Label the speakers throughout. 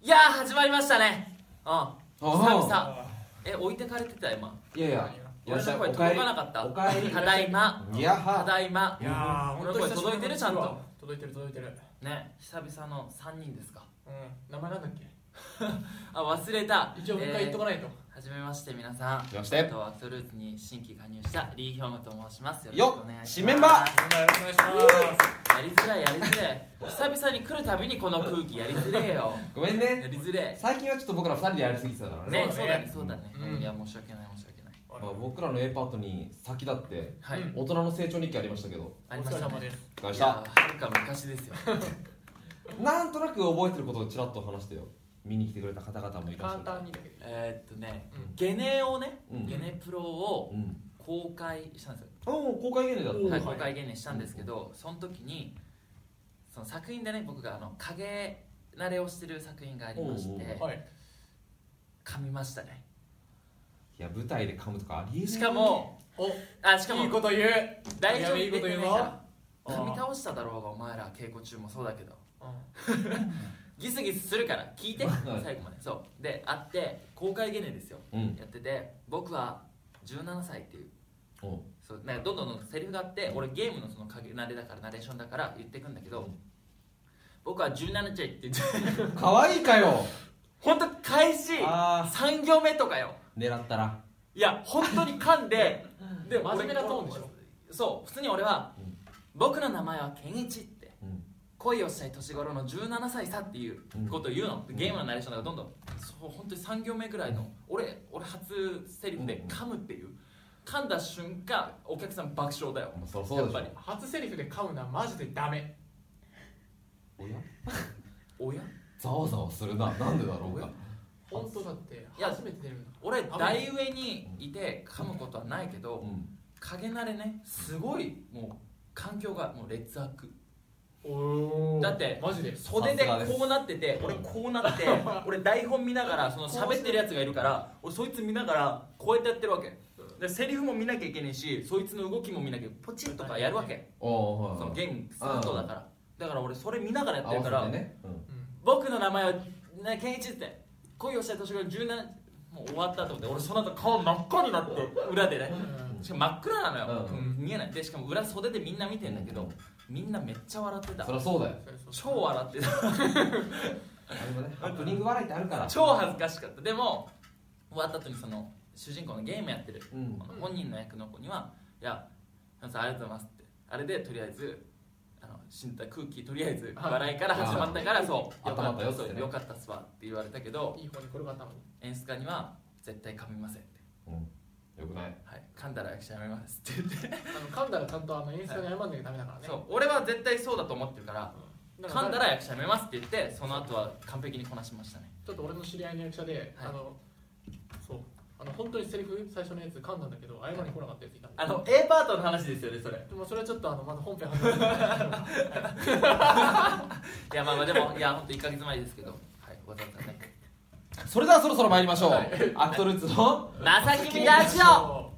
Speaker 1: いやー始まりましたねうん
Speaker 2: おう
Speaker 1: 久々え置いてかれてた今
Speaker 2: いやいや、いらっ
Speaker 1: 俺
Speaker 2: しゃ
Speaker 1: の声
Speaker 2: い。おか
Speaker 1: 届
Speaker 2: えり
Speaker 1: かなかった
Speaker 2: おかえり。
Speaker 1: ただいま
Speaker 2: いや
Speaker 1: た
Speaker 2: は。
Speaker 1: だいま
Speaker 3: いやー、
Speaker 1: うん
Speaker 3: 本当に久しぶりの
Speaker 1: 俺の声届いてるちゃんと
Speaker 3: こっは届いてる届いてる。
Speaker 1: ね久々の3人ですか
Speaker 3: うん、名前なんだっけ
Speaker 1: あ忘れた
Speaker 3: 一応もう一回言っとかないと。
Speaker 1: えーはじめまして皆さん
Speaker 2: きまし。
Speaker 1: えってとアクトルーツに新規加入したリーヒョンムと申します
Speaker 2: よっ
Speaker 1: ろしくお願いします
Speaker 2: 新メンバ
Speaker 3: よろしくお願いします。
Speaker 1: やりづらいやりづらい久々に来るたびにこの空気やりづれえ よ
Speaker 2: ごめん
Speaker 1: や
Speaker 2: ね。
Speaker 1: りづれ
Speaker 2: 最近はちょっと僕ら二人でやりすぎてたから
Speaker 1: え
Speaker 2: ね。
Speaker 1: ねそうだねそうだね
Speaker 3: うん
Speaker 1: いや申し訳ない申し訳ない
Speaker 2: まあ僕らの A パートに先だって、
Speaker 1: はい
Speaker 3: うん
Speaker 2: 大人の成長日記ありましたけど、
Speaker 1: ありました
Speaker 3: お疲れ様
Speaker 1: ね
Speaker 3: です。
Speaker 2: お疲れ様で
Speaker 1: い
Speaker 2: し
Speaker 1: や
Speaker 2: た
Speaker 1: はるか昔ですよ
Speaker 2: なんとなく覚えてることをちらっと話してよ。見に来てくれた方々もいらっ
Speaker 3: 簡
Speaker 2: しゃる。
Speaker 3: 単にだけど。
Speaker 1: えーっとね、
Speaker 3: うん
Speaker 1: ゲネをね、
Speaker 2: うん
Speaker 1: ゲネプロを
Speaker 2: うん。
Speaker 1: 公開したんですよ、
Speaker 2: おお、公開ゲネだっ
Speaker 3: おう
Speaker 1: はい、
Speaker 2: た。
Speaker 1: 公
Speaker 3: は
Speaker 1: 開ゲネしたんですけど、その時にその作品でね僕があの影慣れをしてる作品がありまして
Speaker 2: おうおう
Speaker 3: はい。
Speaker 1: 噛みましたね
Speaker 2: いや、舞台で噛むとかありえない。
Speaker 1: しか、も
Speaker 3: お、
Speaker 1: あしか
Speaker 3: いい
Speaker 1: も
Speaker 3: こと言う。
Speaker 1: 大丈夫
Speaker 3: いいこと
Speaker 1: 出てねえ
Speaker 3: 言うぞ。
Speaker 1: から
Speaker 3: あー
Speaker 1: 噛み倒しただろうがお前ら稽古中もそうだけどギスギスするから聞いて最後までそうで会って公開ゲネですよ
Speaker 2: うん。
Speaker 1: やってて僕は17歳っていう
Speaker 2: おう
Speaker 1: そうなんかどんどんどんどんセリフがあって俺ゲームのその影慣れだからナレーションだから言ってくんだけど僕は17歳って言って
Speaker 2: 可愛いかよ。
Speaker 1: 本当開始
Speaker 2: あ
Speaker 1: 3行目とかよ
Speaker 2: あ、狙ったら。
Speaker 1: いや本当に噛んで
Speaker 3: で真面目なトーンでしょ
Speaker 1: ょそう普通に俺は、
Speaker 2: うん
Speaker 1: 僕の名前はケンイチって
Speaker 2: うん。
Speaker 1: 恋をしたい年頃の17歳さっていうことを言うの、
Speaker 2: うん
Speaker 1: ゲームのナレーションだからどんどんそう本当に3行目ぐらいの俺俺初セリフで噛むっていう噛んだ瞬間お客さん爆笑だよ
Speaker 2: まあそりゃそうでしょ。
Speaker 1: やっぱ
Speaker 3: 初セリフで噛むのはマジでダメ。
Speaker 2: おや
Speaker 1: おや
Speaker 2: ざわざわするな。なんでだろうか。
Speaker 3: 本当だって
Speaker 1: いや
Speaker 3: 初めて出るんだか
Speaker 1: 俺台上にいて噛むことはないけど
Speaker 2: うん。
Speaker 1: 影慣れねすごいもう環境がもう劣悪
Speaker 3: ら。お
Speaker 1: だって
Speaker 3: マジで。
Speaker 1: 袖でこうなってて俺こうな って俺台本見ながらその喋ってるやつがいるから俺そいつ見ながらこうやってやってるわけでセリフも見なきゃいけないしそいつの動きも見なきゃポチッとかやるわけ
Speaker 2: おお、はい。
Speaker 1: そのゲームスタートだからだから俺それ見ながらやって
Speaker 2: 合
Speaker 1: るか
Speaker 2: わせ
Speaker 1: ら
Speaker 2: てね。うん。
Speaker 3: うん
Speaker 1: 僕の名前はね健一って恋をした年頃17もう終わったと思って俺その後顔真っ赤になって裏でねしかも真っ暗なのよ、
Speaker 2: うん
Speaker 1: 見えないでしかも裏袖でみんな見てんだけど、みんなめっちゃ笑ってた
Speaker 2: そりゃそうだよ
Speaker 1: 超笑って た
Speaker 2: あれもねハプニング笑いってあるから
Speaker 1: 超恥ずかしかったでも終わった後にその主人公のゲームやってる
Speaker 2: うん
Speaker 1: この本人の役の子には「いや皆さんありがとうございます」ってあれでとりあえずあの死んだ空気とりあえず笑いから始まったからそうよ
Speaker 2: 頭
Speaker 1: かっ
Speaker 2: だよ
Speaker 1: た
Speaker 2: っつってね
Speaker 1: そうよかったっすわって言われたけど
Speaker 3: いい方に転がったのに。
Speaker 1: 演出家には絶対噛みませんって、
Speaker 2: よくない
Speaker 1: はい、噛んだら役者やめますって言って、
Speaker 3: あの噛んだらちゃんとあの演出に謝んなきゃダメだからね。
Speaker 1: そう俺は絶対そうだと思ってるから
Speaker 3: う
Speaker 1: 噛んだら役者やめますって言ってその後は完璧にこなしましたね
Speaker 3: ちょっと俺の知り合いの役者で、あのそうあの本当にセリフ最初のやつ噛んだんだけど謝りに来なかったやついたんで
Speaker 1: あの A パートの話ですよねそれ
Speaker 3: でもそれはちょっとあのまだ本編始まってない
Speaker 1: いやまあまあでもい や本当一1か月前ですけどはいわざわざね
Speaker 2: それではそろそろ参りましょうアクトルーツの
Speaker 1: まさきみラジオ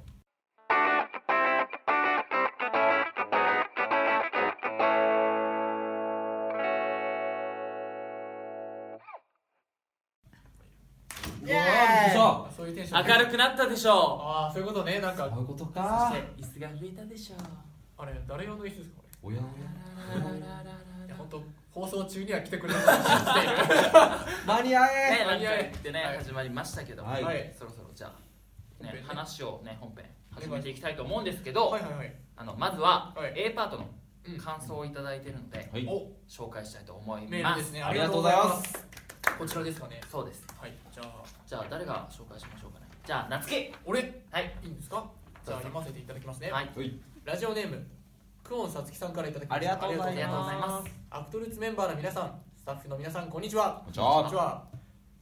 Speaker 2: イエーイそ
Speaker 3: そういうテンション
Speaker 1: 明るくなったでしょ
Speaker 3: ああそういうことねなん
Speaker 2: う
Speaker 3: か
Speaker 2: いうこと
Speaker 1: うそし
Speaker 2: か
Speaker 1: て椅子が増えたでしょう
Speaker 3: あれ誰用の椅子ですかこ
Speaker 2: おやおや
Speaker 3: れいや本当放送中には来てくれるのを信じている
Speaker 2: 間に合
Speaker 1: ね
Speaker 2: え
Speaker 1: 何回言ってね、
Speaker 3: はい
Speaker 1: 始まりましたけど、
Speaker 2: はい
Speaker 3: はい
Speaker 1: そろそろじゃあ、
Speaker 3: 本編
Speaker 1: ね
Speaker 3: ね、
Speaker 1: 話をね本編始めていきたいと思うんですけど、
Speaker 3: はいはいはい
Speaker 1: あのまずは
Speaker 3: はい
Speaker 1: A パートの
Speaker 3: うん
Speaker 1: 感想をいただいてるので、
Speaker 2: はい
Speaker 3: お
Speaker 1: 紹介したいと思い
Speaker 3: メー
Speaker 1: ま
Speaker 3: ルですすね
Speaker 2: ありがとうございます
Speaker 3: こちらですかね
Speaker 1: そうです
Speaker 3: はいじゃあ
Speaker 1: じゃあ誰が紹介しましょうかねじゃあ夏希
Speaker 3: 俺
Speaker 1: はい
Speaker 3: いいんですかじゃあ読ませていただきますね
Speaker 1: はい
Speaker 2: はい
Speaker 3: ラジオネームクオンさつきさんからいただきました
Speaker 2: ありがとうござ
Speaker 1: あり
Speaker 2: い
Speaker 1: がとうござい
Speaker 2: ま
Speaker 1: ます
Speaker 3: アクトルーツメンバーの皆さんスタッフの皆さんこんにちは
Speaker 2: こんにちは
Speaker 3: こんにちは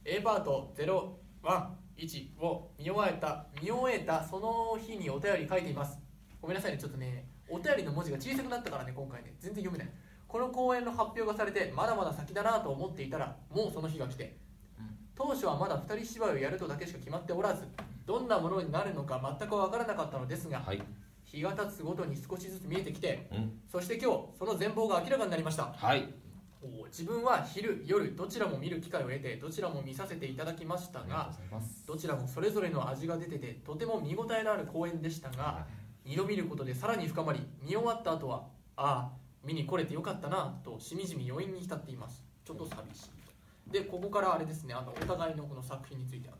Speaker 3: A パート011を見終えた見終えたその日にお便り書いていますごめんなさいねちょっとねお便りの文字が小さくなったからね今回ね全然読めないこの公演の発表がされてまだまだ先だなと思っていたらもうその日が来て
Speaker 1: うん
Speaker 3: 当初はまだ2人芝居をやるとだけしか決まっておらずどんなものになるのか全く分からなかったのですが
Speaker 2: はい
Speaker 3: 日が経つごとに少しずつ見えてきて
Speaker 2: うん
Speaker 3: そして今日その全貌が明らかになりました
Speaker 2: はい
Speaker 3: お自分は昼夜どちらも見る機会を得てどちらも見させていただきました
Speaker 2: ありがとう
Speaker 3: が
Speaker 2: ございます
Speaker 3: どちらもそれぞれの味が出ててとても見応えのある公演でしたが二度見ることでさらに深まり見終わった後はああ見に来れてよかったなとしみじみ余韻に浸っていますちょっと寂しいでここからあれですねあのお互いのこの作品についてあ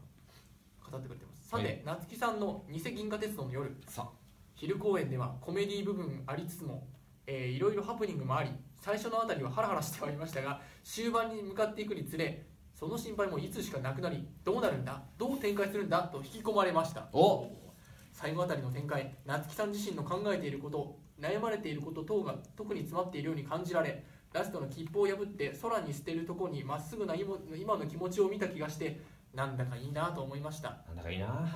Speaker 3: の語ってくれてますさて、
Speaker 2: はい
Speaker 3: 夏木さんの「偽銀河鉄道の夜」
Speaker 2: さ
Speaker 3: 昼公演ではコメディ部分ありつつも、えーいろいろハプニングもあり最初のあたりはハラハラしてはいましたが終盤に向かっていくにつれその心配もいつしかなくなりどうなるんだどう展開するんだと引き込まれました
Speaker 2: お
Speaker 3: 最後あたりの展開夏木さん自身の考えていること悩まれていること等が特に詰まっているように感じられラストの切符を破って空に捨てるところにまっすぐな今今の気持ちを見た気がしてなんだかいいなと思いました
Speaker 2: なんだかいいな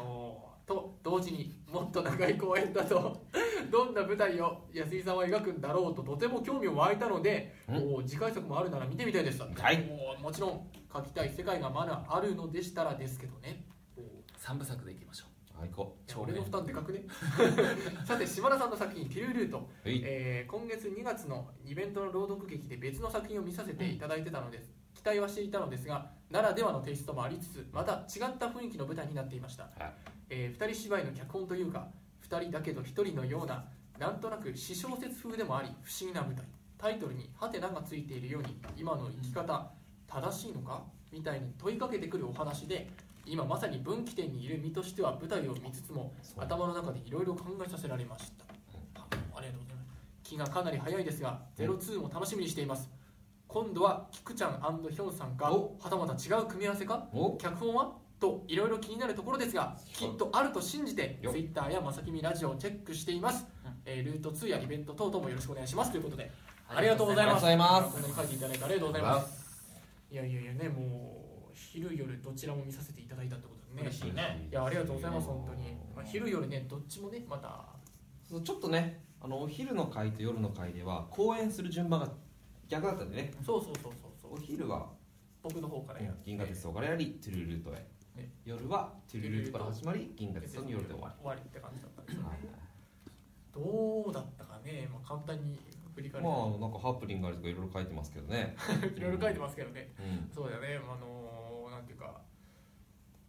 Speaker 3: と同時にもっと長い公演だと どんな舞台を安井さんは描くんだろうととても興味を湧いたので
Speaker 2: ん
Speaker 3: おー次回作もあるなら見てみたいです
Speaker 2: はい
Speaker 3: おーもちろん描きたい世界がまだあるのでしたらですけどねおー
Speaker 1: 三部作でいきましょ
Speaker 2: あいこ
Speaker 1: 超
Speaker 3: 俺の負担でかくね さて島田さんの作品「ピルルート」
Speaker 2: うはい
Speaker 3: えー今月2月のイベントの朗読劇で別の作品を見させていただいてたのです、期待はしていたのですがならではのテイストもありつつまた違った雰囲気の舞台になっていました、
Speaker 2: い
Speaker 3: え2人芝居の脚本というか2人だけど1人のようななんとなく私小説風でもあり不思議な舞台タイトルに「ハテナ」がついているように今の生き方正しいのかみたいに問いかけてくるお話で今まさに分岐点にいる身としては舞台を見つつも
Speaker 2: そう
Speaker 3: 頭の中でいろいろ考えさせられましたありがとうございます気がかなり早いですが02も楽しみにしています今度はキクちゃんヒョンさんかは
Speaker 2: お
Speaker 3: たまた違う組み合わせか
Speaker 2: お
Speaker 3: 脚本はといろいろ気になるところですがきっとあると信じて
Speaker 2: よ
Speaker 3: Twitter やまさきみラジオをチェックしています、
Speaker 1: うん
Speaker 3: えールート2やイベント等々もよろしくお願いしますということで
Speaker 1: う
Speaker 3: ありがとうございます
Speaker 2: ありがとうございます
Speaker 3: こんなに書いていただいてありがとうございますいやいやいやねもう昼夜どちらも見させていただいたってことでね
Speaker 1: 嬉しいね
Speaker 3: いやありがとうございます本当に、まあ、昼夜ねどっちもねまた
Speaker 2: そうちょっとねあのお昼の会と夜の会では公演する順番が逆だったんでね
Speaker 3: そうそうそうそうそう
Speaker 2: お昼は
Speaker 3: 僕の方からやって
Speaker 2: 銀河鉄道からやりトゥルルートへ
Speaker 3: ね
Speaker 2: 夜はトゥルルートから始まり銀河鉄道の夜で終わ
Speaker 3: 終わりって感じだったんです
Speaker 2: りはい
Speaker 3: どうだったかね、まあ、簡単に振り返る
Speaker 2: ま
Speaker 3: と
Speaker 2: あなんかハプニングあるとかいろいろ書いてますけどね
Speaker 3: いろいろ書いてますけどね
Speaker 2: うん
Speaker 3: そうだよね、あのーなんていうか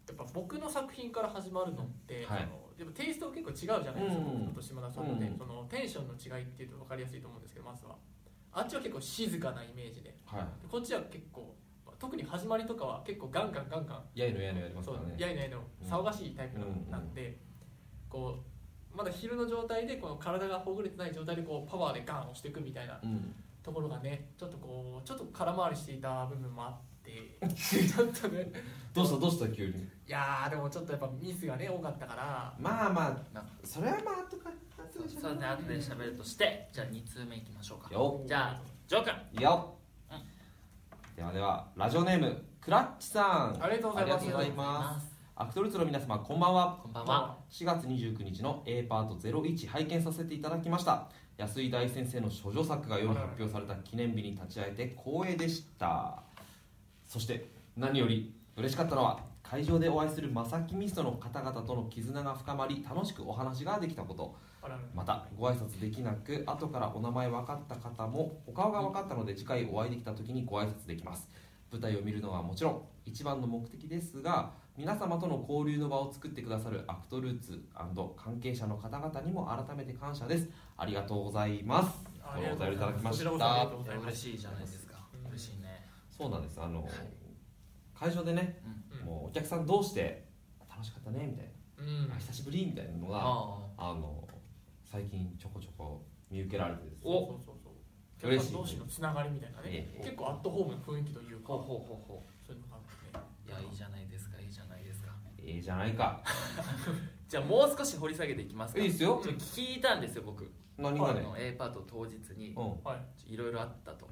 Speaker 3: やっぱ僕の作品から始まるのって、
Speaker 2: はい
Speaker 3: あのやっぱテイストが結構違うじゃないですか、
Speaker 2: うん
Speaker 3: 僕と島田さんのね、
Speaker 2: うん
Speaker 3: そのテンションの違いっていうと分かりやすいと思うんですけどまずはあっちは結構静かなイメージで
Speaker 2: はい
Speaker 3: こっちは結構特に始まりとかは結構ガンガンガンガン
Speaker 2: やいのやいのやります
Speaker 3: そ
Speaker 2: か
Speaker 3: う
Speaker 2: らね
Speaker 3: やいのやいの
Speaker 2: うん
Speaker 3: 騒がしいタイプの
Speaker 2: うん
Speaker 3: なんで、こうまだ昼の状態でこの体がほぐれてない状態でこうパワーでガン押していくみたいな
Speaker 2: うん
Speaker 3: ところがねちょっとこうちょっと空回りしていた部分もあって ちょっとね
Speaker 2: どうしたどうした急に
Speaker 3: いやーでもちょっとやっぱミスがね多かったから
Speaker 2: まあま
Speaker 1: な
Speaker 2: あそれはまあとか
Speaker 1: そうそうですね後で喋るとしてじゃあ2通目いきましょうか
Speaker 2: よ
Speaker 1: じゃあジョー君
Speaker 2: よ
Speaker 1: う
Speaker 2: ではではラジオネームクラッチさん
Speaker 3: ありがとうございます
Speaker 2: ありがとうございますアクトルーツの皆様こんばんは
Speaker 1: こんばんは
Speaker 2: 4月29日の A パート01拝見させていただきました安井大先生の諸女作が夜発表された記念日に立ち会えて光栄でしたそして何より嬉しかったのは会場でお会いする正木ミストの方々との絆が深まり楽しくお話ができたこと
Speaker 3: あらら
Speaker 2: またご挨拶できなく後からお名前分かった方もお顔が分かったので次回お会いできた時にご挨拶できます舞台を見るのはもちろん一番の目的ですが皆様との交流の場を作ってくださるアクトルーツ関係者の方々にも改めて感謝ですありがとうございます
Speaker 3: ありがとうござい
Speaker 2: お便り
Speaker 3: ます
Speaker 2: いただきまし
Speaker 3: こちらこそありが
Speaker 2: た
Speaker 3: とうございま
Speaker 1: 嬉
Speaker 3: す
Speaker 1: しいじゃないですか
Speaker 3: うん
Speaker 1: 嬉しいね
Speaker 2: そうなんですあの、
Speaker 1: はい
Speaker 2: 会場でね、
Speaker 3: うん
Speaker 2: もうお客さんどうして楽しかったねみたい
Speaker 3: うん
Speaker 2: な、久しぶりみたいなのがあ
Speaker 1: あ
Speaker 2: の最近ちょこちょこ見受けられてですね
Speaker 1: お
Speaker 3: そうそうそうそう
Speaker 2: 嬉しい
Speaker 3: 客観同士のつながりみたいなね
Speaker 2: ええ
Speaker 3: 結構アットホームな雰囲気という
Speaker 1: あ
Speaker 3: か
Speaker 1: ほうほうほうほ
Speaker 3: そういうのがあってね
Speaker 1: ういやいいじゃないですかいいじゃないですか
Speaker 2: ええじゃないか
Speaker 1: じゃあもう少し掘り下げていきますか
Speaker 2: いいですよ
Speaker 1: ちょっと聞いたんですよ僕
Speaker 2: 何
Speaker 1: あ
Speaker 2: がね
Speaker 1: の A パート当日に
Speaker 2: うん
Speaker 3: はい
Speaker 1: いろいろあったと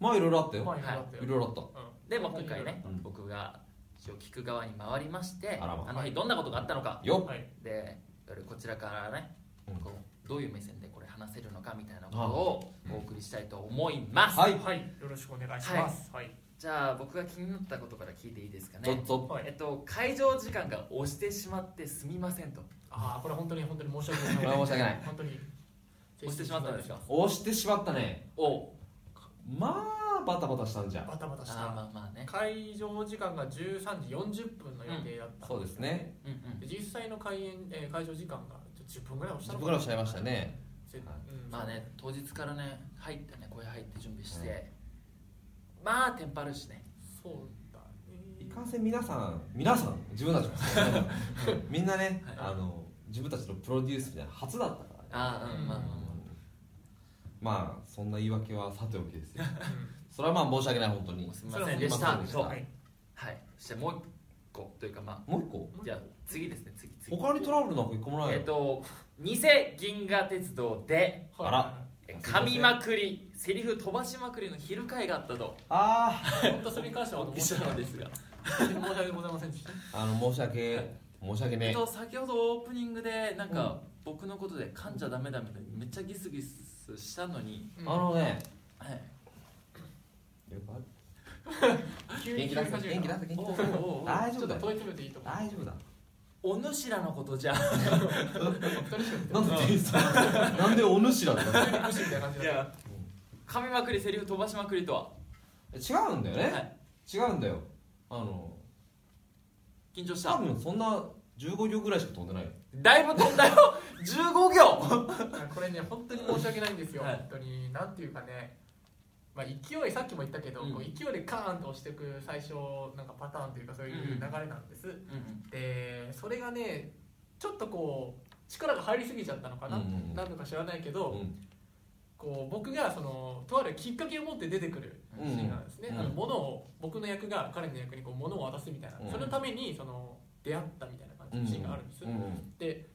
Speaker 2: まあいろいろあったよ
Speaker 3: まあいろいろあったよ
Speaker 2: いろいろあっ
Speaker 1: で、まあ、今回ね、
Speaker 2: うん
Speaker 1: 僕が一応聞く側に回りまして
Speaker 2: あらま
Speaker 1: の日どんなことがあったのか
Speaker 2: たよ
Speaker 3: うんはい
Speaker 1: で夜こちらからね、
Speaker 2: うん
Speaker 1: こうどういう目線でこれ話せるのかみたいなことをお送りしたいと思います、
Speaker 2: はい
Speaker 3: はいよろしくお願いしますはい
Speaker 1: じゃあ僕が気になったことから聞いていいですか
Speaker 2: ど
Speaker 1: ね
Speaker 2: っぞ
Speaker 3: はい
Speaker 1: えっと会場時間が押してしまってすみませんと
Speaker 3: ああこれ本当に本当に申し訳ない
Speaker 2: これは申し訳ない
Speaker 3: 本当に
Speaker 1: 押してしまったんですか
Speaker 2: 押してしまったね
Speaker 1: お
Speaker 2: まああバタバタしたんじゃん
Speaker 3: バタバタし
Speaker 1: あー
Speaker 3: た
Speaker 1: まあまあね
Speaker 3: 会場時間が13時40分の予定だった、
Speaker 2: そうですね
Speaker 1: うんうん
Speaker 3: で実際の開演、えー、会場時間がちょっと10分ぐらい押し
Speaker 2: 10
Speaker 3: たの
Speaker 2: 分ぐら
Speaker 3: かな
Speaker 2: いしちゃいましたね
Speaker 3: せ
Speaker 2: はい
Speaker 3: うん
Speaker 1: まあね当日からね入ってね声入って準備してまあテンパるしね
Speaker 3: そうだ
Speaker 2: い
Speaker 3: ね
Speaker 2: かんせん皆さん皆さん自分たち もみんなね、
Speaker 1: はい
Speaker 2: あの自分たちのプロデュースみたいな初だったからね
Speaker 1: ああうんまあまあま
Speaker 2: まあそんな言い訳はさておきですよ
Speaker 3: う
Speaker 2: それはまあ申し訳ない本当に
Speaker 1: あすみませんでし
Speaker 2: それは
Speaker 1: た
Speaker 2: もう
Speaker 1: と
Speaker 2: は
Speaker 1: はいいそしてもう一個というかま
Speaker 2: もう一個
Speaker 1: あじゃあ次ですね次次
Speaker 2: 他にトラブルなんか一個もない
Speaker 1: え
Speaker 2: よ
Speaker 1: っと偽銀河鉄道で
Speaker 3: ん
Speaker 2: あら
Speaker 1: え噛みまくりセリフ飛ばしまくりの昼会があった と
Speaker 2: あ
Speaker 3: 本当それに関しては
Speaker 1: お
Speaker 3: 本
Speaker 1: 聞
Speaker 3: 当
Speaker 1: きし
Speaker 3: 申した
Speaker 1: の
Speaker 3: 訳
Speaker 1: ですが
Speaker 3: ございませんでした
Speaker 2: ああの申し訳申し訳
Speaker 1: え
Speaker 2: ね
Speaker 1: っと、先ほどオープニングでなん
Speaker 2: うん
Speaker 1: か僕のことで噛んじゃダメだみたいにめっちゃギスギスしたのに、
Speaker 2: あのね
Speaker 1: はい、
Speaker 2: よくある
Speaker 3: 急
Speaker 2: 元気出せ
Speaker 3: 始め
Speaker 2: 元気出
Speaker 3: た
Speaker 2: せ元気
Speaker 1: おう
Speaker 2: 出
Speaker 1: おう
Speaker 2: せ
Speaker 1: おう
Speaker 2: 大
Speaker 3: ち
Speaker 2: 丈夫
Speaker 3: ょっと
Speaker 2: だよ
Speaker 3: 問い詰めていいと思う
Speaker 2: 大丈夫だ
Speaker 1: お主らのことじゃ
Speaker 3: 二人しか
Speaker 2: なんで店員さんなんでお主らだよ
Speaker 3: 急に無視みたいな感じ
Speaker 1: い
Speaker 3: だ
Speaker 1: や噛みまくりセリフ飛ばしまくりとは、
Speaker 2: 違うんだよね、
Speaker 1: はい、
Speaker 2: 違うんだよあの
Speaker 1: 緊張し
Speaker 2: 多
Speaker 1: た
Speaker 2: 分そんな15秒ぐらいしか飛んでないよ
Speaker 1: だいぶ飛んだ よ15秒
Speaker 3: これね本当に申し訳ないんですよ
Speaker 1: はい
Speaker 3: 本当になんていうかねまあ勢いさっきも言ったけど
Speaker 1: うん
Speaker 3: こう勢いでカーンと押していく最初なんかパターンというかそういう流れなんですでそれがねちょっとこう力が入りすぎちゃったのかな
Speaker 2: うんうんうん
Speaker 3: なんとか知らないけ
Speaker 2: う
Speaker 3: ど
Speaker 2: ん
Speaker 3: こう僕がそのとあるきっかけを持って出てくるシーンなんですね、
Speaker 2: うん
Speaker 3: あの物を僕の役が彼の役にこう物を渡すみたいな、
Speaker 2: うん
Speaker 3: そのためにその出会ったみたいな感
Speaker 2: う
Speaker 3: じ
Speaker 2: ん
Speaker 3: のシーンがあるんです、
Speaker 2: うん
Speaker 3: で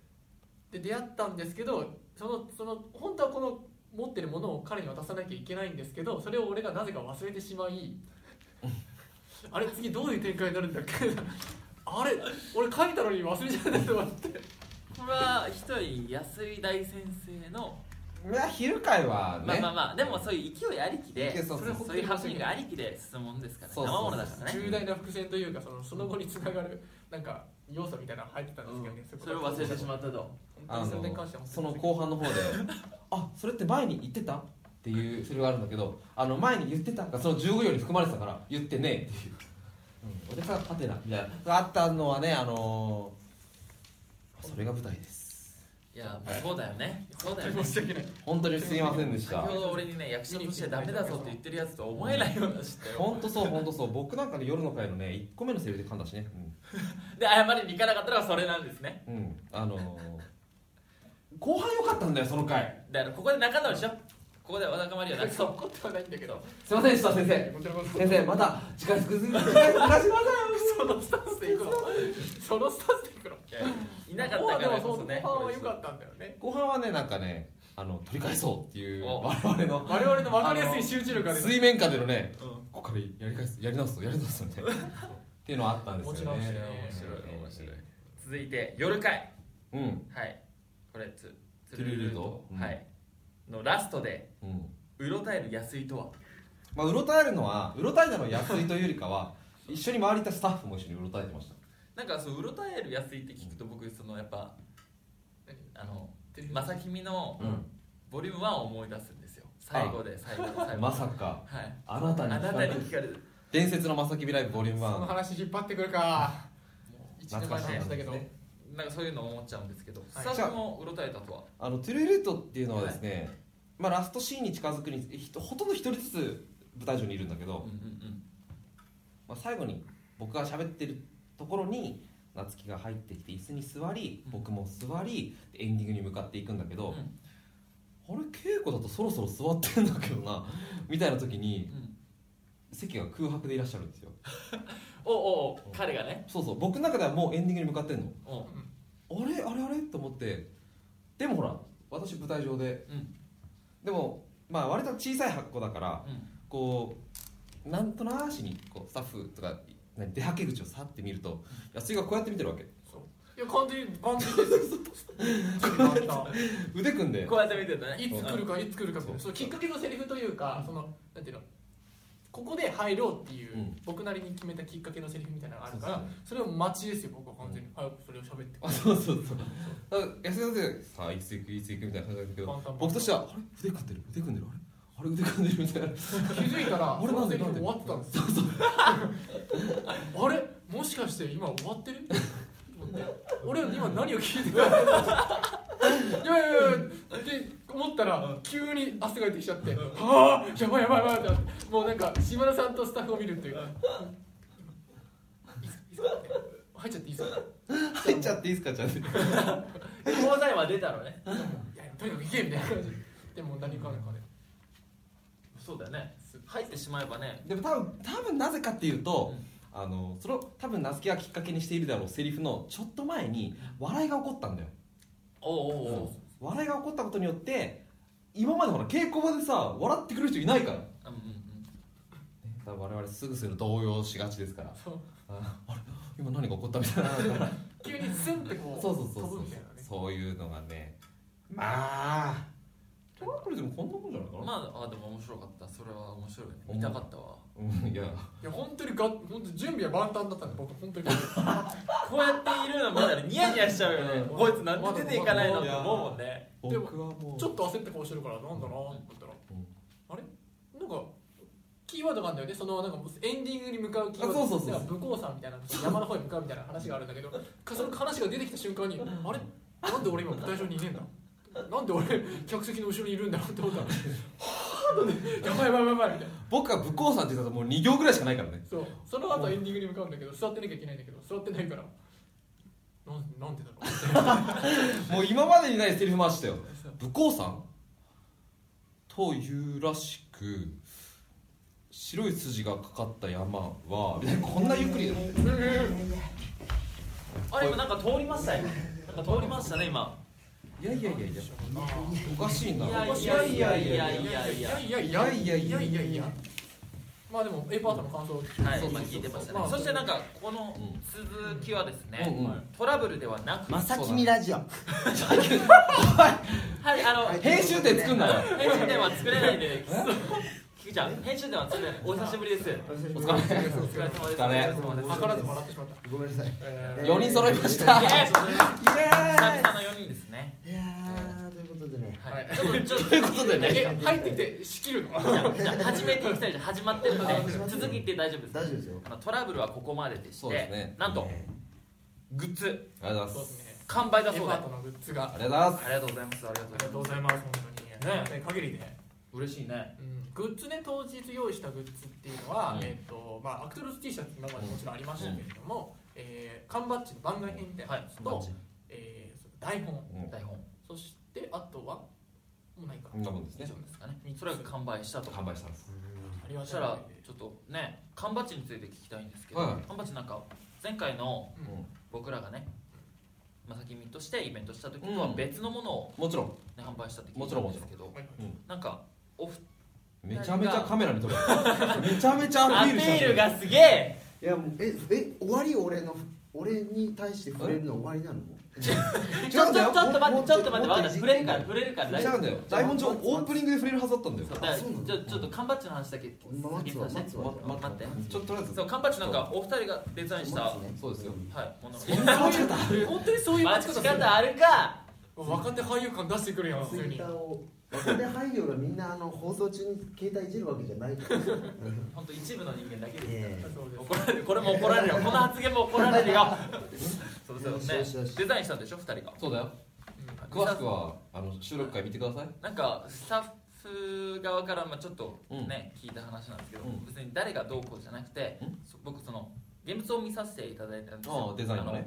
Speaker 3: で出会ったんですけどそのその本当はこの持ってるものを彼に渡さなきゃいけないんですけどそれを俺がなぜか忘れてしまいあれ次どういう展開になるんだっけあれ俺書いたのに忘れちゃったと思って
Speaker 1: これは一人安井大先生の、
Speaker 2: いや昼会は
Speaker 1: まあ
Speaker 2: ね、
Speaker 1: まあまあでもそういう勢いありきで
Speaker 2: いやそうそう
Speaker 1: れそういうハプニングありきで進むもんですから
Speaker 2: そうそう
Speaker 1: 生ものだからね
Speaker 3: 重大な伏線というかそのその後につながるなんか要素みたいなの入ってたんですけどね、
Speaker 1: うんそれを忘れてし
Speaker 3: う
Speaker 1: まったと
Speaker 2: あ
Speaker 3: 本当にそれ
Speaker 2: の
Speaker 3: に関しては
Speaker 2: その後半の方で「あそれって前に言ってた?」っていうセリフがあるんだけど「あの前に言ってた」がその15秒に含まれてたから「言ってねえ」っていう「うん、俺さハテナ」みたいなあったのはねあのー、それが舞台です
Speaker 1: いやもうそうだよねそうだよね
Speaker 3: 申し訳ない
Speaker 2: 本当にすいませんでし
Speaker 1: 先
Speaker 2: た
Speaker 1: ほど俺にね役者としてダメだぞって言ってるやつとは思えないようなしだよ
Speaker 2: 本当そう本当そう僕なんかで夜の会のね1個目のセリフで噛んだしね
Speaker 1: で謝りに行かなかったのはそれなんですね
Speaker 2: うん、うん、あのー、後半良かったんだよその回
Speaker 1: だからここで仲直りしようここでわだかまりはなく
Speaker 3: そ
Speaker 1: そう
Speaker 3: 怒ってはないんだけど
Speaker 2: すいませんでした先生
Speaker 3: こちらこそ
Speaker 2: 先生また時間少しずつ話しましょ
Speaker 3: そのスタンスで行くのそのスタンスで行くの
Speaker 1: いなかったから
Speaker 3: でも
Speaker 1: こ
Speaker 3: そ
Speaker 1: そうね
Speaker 3: 後半は良かったんだよね
Speaker 2: う後半はねなんかねあの取り返そうっていう
Speaker 1: お
Speaker 2: 我々の
Speaker 3: 我々の分かりやすい集中力が出て
Speaker 2: 水面下でのね
Speaker 1: うん
Speaker 2: ここからやり返すやり直すぞやり直すぞみたいなっていうのはあったんですよね
Speaker 3: もちろんね
Speaker 1: 面白い続いて夜会
Speaker 2: うん
Speaker 1: はいこれつ
Speaker 2: トゥルルートうん
Speaker 1: はいのラストで
Speaker 2: うん
Speaker 1: うろたえる安井とは
Speaker 2: まあうろたえるのはうろたえたのは安井というよりかは一緒に周りいたスタッフも一緒にうろたえてました
Speaker 1: なんかそううろたえる安井って聞くと僕そのやっぱ
Speaker 3: 何
Speaker 1: あのまさきみの
Speaker 2: うん
Speaker 1: ボリューム1を思い出すんですよ最後で最後で最後
Speaker 2: まさか
Speaker 1: ではい
Speaker 2: あなた
Speaker 1: あ
Speaker 2: に
Speaker 1: な
Speaker 2: 聞か
Speaker 1: た
Speaker 2: れ
Speaker 1: に
Speaker 2: る
Speaker 1: 聞かれる
Speaker 2: 伝説のまさきびライブボリューム
Speaker 3: その
Speaker 2: 1
Speaker 3: 話引っ張ってくるか1年
Speaker 2: 懐
Speaker 3: 前
Speaker 2: か
Speaker 3: の
Speaker 2: しい
Speaker 3: 話だけど
Speaker 2: ね
Speaker 1: なんかそういうのを思っちゃうんですけど、
Speaker 3: はい
Speaker 1: スタッフもうろたえたとは、
Speaker 2: あのトゥルールートっていうのはですね、まあ、ラストシーンに近づくにひとほとんど一人ずつ舞台上にいるんだけ
Speaker 1: うん
Speaker 2: ど、まあ、最後に僕が喋ってるところに夏希が入ってきて椅子に座り
Speaker 1: うん
Speaker 2: 僕も座りでエンディングに向かっていくんだけ
Speaker 1: うんう
Speaker 2: ど
Speaker 1: ん、
Speaker 2: あれ稽古だとそろそろ座ってんだけどなみたいな時に
Speaker 1: うん
Speaker 2: 席が空白でいらっしゃるんですよ
Speaker 1: おうおうおう彼がね
Speaker 2: そうそう僕の中ではもうエンディングに向かってんの
Speaker 1: おう
Speaker 2: あれあれあれと思ってでもほら私舞台上で
Speaker 1: うん
Speaker 2: でもまあ割と小さい箱だから
Speaker 1: うん
Speaker 2: こうなんとなしにこうスタッフとか何出はけ口をさって見ると安井がこうやって見てるわけ
Speaker 3: いや完全に完全ですよ
Speaker 2: 腕組んで
Speaker 1: こうやって見てるとね
Speaker 3: いつ来るかいつ来るか
Speaker 2: そう
Speaker 3: そのきっかけのセリフというかそのなんていうのここで入ろうっていう、
Speaker 2: うん
Speaker 3: 僕なりに決めたきっかけのセリフみたいなのがあるか
Speaker 2: そう
Speaker 3: らそれを待ちですよ僕は完全に、早くそれを喋って
Speaker 2: あそうそうそうだから安井先生さあいつ行くいつ行くみたいな感じだけ
Speaker 3: パ
Speaker 2: ど
Speaker 3: ンパンパン
Speaker 2: 僕としてはあれ腕組んでる腕組んでるあれあれ腕組んでるみたいな
Speaker 3: 気づいたら
Speaker 2: あれなんで
Speaker 3: その
Speaker 2: なんで
Speaker 3: 席終わってたんですよあれもしかして今終わってる俺今何を聞い てたのいやいやいやって思ったら急に汗が出てきちゃってはあやばいやばいやばいってなってもうなんか島田さんとスタッフを見るっていういいっすいいっすか入っちゃっていいですか
Speaker 2: 入っちゃっていいですかじゃあ
Speaker 4: 東西は出たのね
Speaker 3: いやとにかく行けみたいな感じでも何かあるかで
Speaker 4: そうだよね
Speaker 1: 入ってしまえばね
Speaker 2: でも多分多分なぜかっていうと、あのそれを多分名付けがきっかけにしているだろうセリフのちょっと前に笑いが起こったんだよ
Speaker 1: おうおうおう
Speaker 2: 笑いが起こったことによって今までほら稽古場でさ笑ってくる人いないか
Speaker 1: う
Speaker 2: ら
Speaker 1: んうん
Speaker 2: 多分我々すぐする動揺しがちですから
Speaker 3: そう
Speaker 2: ああれ今何が起こったみ たいな
Speaker 3: 急にスンってこう
Speaker 2: そうそうそうそ
Speaker 3: 飛
Speaker 2: う
Speaker 3: ぶみたいなね
Speaker 2: そういうのがねまあトラブルでもこんなもんじゃないか
Speaker 1: う
Speaker 2: な、
Speaker 1: んまああでも面白かったそれは面白いね見たかったわ
Speaker 2: うんいや
Speaker 3: いや本当にが本当準備は万端だったんで僕本当に
Speaker 1: こうやっているの見たらニヤニヤしちゃうよねこいつなんで出ていかないのっ
Speaker 2: い
Speaker 1: て
Speaker 2: や
Speaker 1: 思うもんね
Speaker 3: でも
Speaker 2: 僕はもう
Speaker 3: ちょっと焦った顔してるからなんだなと思ったら、
Speaker 2: ん
Speaker 3: あれなんかキーワードがあるんだよねそのなんかエンディングに向かうキーワード
Speaker 2: あそうそうそう
Speaker 3: なんか武功さんみたいな山の方に向かうみたいな話があるんだけどかその話が出てきた瞬間にあれなんで俺今舞台上にいねえんだなんで俺客席の後ろにいるんだろうって思ったらハードでやばいやばいやばいみたいな
Speaker 2: 僕が武功さんって言ったらもう2行ぐらいしかないからね
Speaker 3: そうその後エンディングに向かうんだけど座ってなきゃいけないんだけど座ってないからなんなんでだろう
Speaker 2: もう今までにないセリフ回したよ
Speaker 3: そう
Speaker 2: 武功さんというらしく白い筋がかかった山はみたいなこんなゆっくり
Speaker 1: あれ今なんか通りましたよなんか通りましたね今
Speaker 2: いやいやいやいやおかしいない
Speaker 1: や
Speaker 3: いやいやい
Speaker 1: やいやいや
Speaker 3: いやいやいやいやいやいやまあでもエパートの感想
Speaker 1: はい
Speaker 2: そう
Speaker 1: 今
Speaker 2: そうそ
Speaker 1: 聞
Speaker 2: う
Speaker 1: いてました
Speaker 3: ま
Speaker 1: ね
Speaker 3: あ
Speaker 1: そしてなんかこの
Speaker 2: うん
Speaker 1: 続きはです
Speaker 2: うんうん
Speaker 1: ねトラブルではなく
Speaker 5: まさきみラジオ
Speaker 1: はいあの
Speaker 2: 編集点作んなよ
Speaker 1: 編集点は作れないんで菊ちゃん編集点は作れないお久しぶりです
Speaker 2: お疲れ様です
Speaker 1: お疲れ様です
Speaker 2: お
Speaker 1: お疲
Speaker 2: 疲れ
Speaker 1: れ様です
Speaker 3: 分からず笑ってしまった
Speaker 5: ごめんなさい
Speaker 3: えー
Speaker 2: 4人揃いました
Speaker 1: イエーイ
Speaker 5: イエ
Speaker 1: 久々の4人ですね
Speaker 5: ーイいやーということでね
Speaker 1: は
Speaker 3: はい
Speaker 1: いちょっとちょっと
Speaker 2: ということでね
Speaker 3: え入ってきて仕切るの
Speaker 1: じゃあじゃあ始めていきたいじゃん始まってるんで
Speaker 5: あ始まってる
Speaker 1: 続きって大丈夫です
Speaker 5: 大丈夫ですよ
Speaker 1: あのトラブルはここまででし
Speaker 2: そうです
Speaker 1: て
Speaker 2: ね
Speaker 1: なんと
Speaker 5: ね
Speaker 1: グッズ
Speaker 2: ありがとうご
Speaker 3: そ
Speaker 2: ざ
Speaker 3: う
Speaker 2: いま
Speaker 3: ですすね
Speaker 1: 完売だ
Speaker 3: エ
Speaker 1: そう
Speaker 3: パ
Speaker 1: だ
Speaker 3: ートのグッズが
Speaker 2: あ
Speaker 3: あ
Speaker 2: りがとうございま
Speaker 1: あり
Speaker 2: す
Speaker 1: がとうございますありがとうございます
Speaker 3: りがとうございます本当にね限りで
Speaker 1: 嬉しいね
Speaker 3: うんグッズね当日用意したグッズっていうのは、
Speaker 2: うん
Speaker 3: えっ、とまあアクトルス T シャツ今までもちろんありましたけれども、えー缶バッジの番外編みたいなやつと、えーその台本
Speaker 2: うん
Speaker 1: 台本
Speaker 3: そしてあとはもうないか
Speaker 2: こんなもんです
Speaker 1: 以
Speaker 2: ね
Speaker 1: 上ですかねそれが完売したと
Speaker 2: 販売したんです
Speaker 3: ありま
Speaker 1: そ
Speaker 3: し
Speaker 1: した
Speaker 3: た
Speaker 1: ら
Speaker 3: ら
Speaker 1: ちょっとね缶バッジについて聞きたいんですけど、
Speaker 2: はい
Speaker 1: 缶バッジなんか前回の
Speaker 2: うん
Speaker 1: 僕らがねまさきみとしてイベントした時とは
Speaker 2: うん
Speaker 1: 別のものを、
Speaker 2: もちろん
Speaker 1: ね、販売したって聞
Speaker 2: も
Speaker 1: い
Speaker 2: ち
Speaker 1: た
Speaker 2: ろん
Speaker 1: ん
Speaker 2: も
Speaker 1: で
Speaker 2: ち
Speaker 1: す
Speaker 2: ろん
Speaker 1: けど
Speaker 3: はい
Speaker 1: なんかおふ
Speaker 2: めちゃめちゃカメラに撮るめちゃめちゃ
Speaker 1: ア
Speaker 2: ア
Speaker 1: ピ
Speaker 2: ピールした
Speaker 1: ールがすげえ
Speaker 5: いやもうええ終わり俺の俺に対して触れるの終わりな の
Speaker 1: ちょちょちょっと待ってちょっと待ってわかった触れるから
Speaker 5: ら
Speaker 1: 触れるから大
Speaker 2: 違
Speaker 1: 丈
Speaker 2: うん
Speaker 1: 夫
Speaker 2: だよ台本上オープニングで触れるはずだったんだよ
Speaker 1: そうだから
Speaker 5: そうなの
Speaker 1: ちょちょっと缶バッジの話だけ先
Speaker 5: 待
Speaker 1: に
Speaker 5: つわ
Speaker 1: させ
Speaker 5: 待
Speaker 1: て
Speaker 5: つわ
Speaker 2: ま
Speaker 1: 待って
Speaker 2: ちょっととりあえず
Speaker 1: そう缶バッジなんかお二人がデザインした、は
Speaker 5: 待つね
Speaker 2: そうですよ
Speaker 1: いもの
Speaker 2: そんな待ち方
Speaker 3: えー本当にそういう
Speaker 1: 待
Speaker 3: 待
Speaker 1: ち
Speaker 3: ち方
Speaker 1: 方あるか
Speaker 3: 若手俳優感出してくるやん普
Speaker 5: ツイ
Speaker 3: 通
Speaker 5: ッ
Speaker 3: に
Speaker 5: ターをこれ廃業がみんなあの放送中に携帯いじるわけじゃな いから
Speaker 1: 本当一部の人間だけです
Speaker 5: え
Speaker 3: そうです
Speaker 1: 怒られるこれも怒られるよこの発言も怒られるよ そうそうね
Speaker 5: よしよし
Speaker 1: デザインしたんでしょ二人が
Speaker 2: そうだよ詳しくはあの収録回見てください
Speaker 1: なんかスタッフ側からまあちょっと
Speaker 2: うん
Speaker 1: ね、聞いた話なんですけど、
Speaker 2: うん
Speaker 1: 別に誰がどうこうじゃなくて、
Speaker 2: うん
Speaker 1: そ僕その現物を見させていただいたんです
Speaker 2: あ
Speaker 1: よ
Speaker 2: あデザインのね
Speaker 1: あ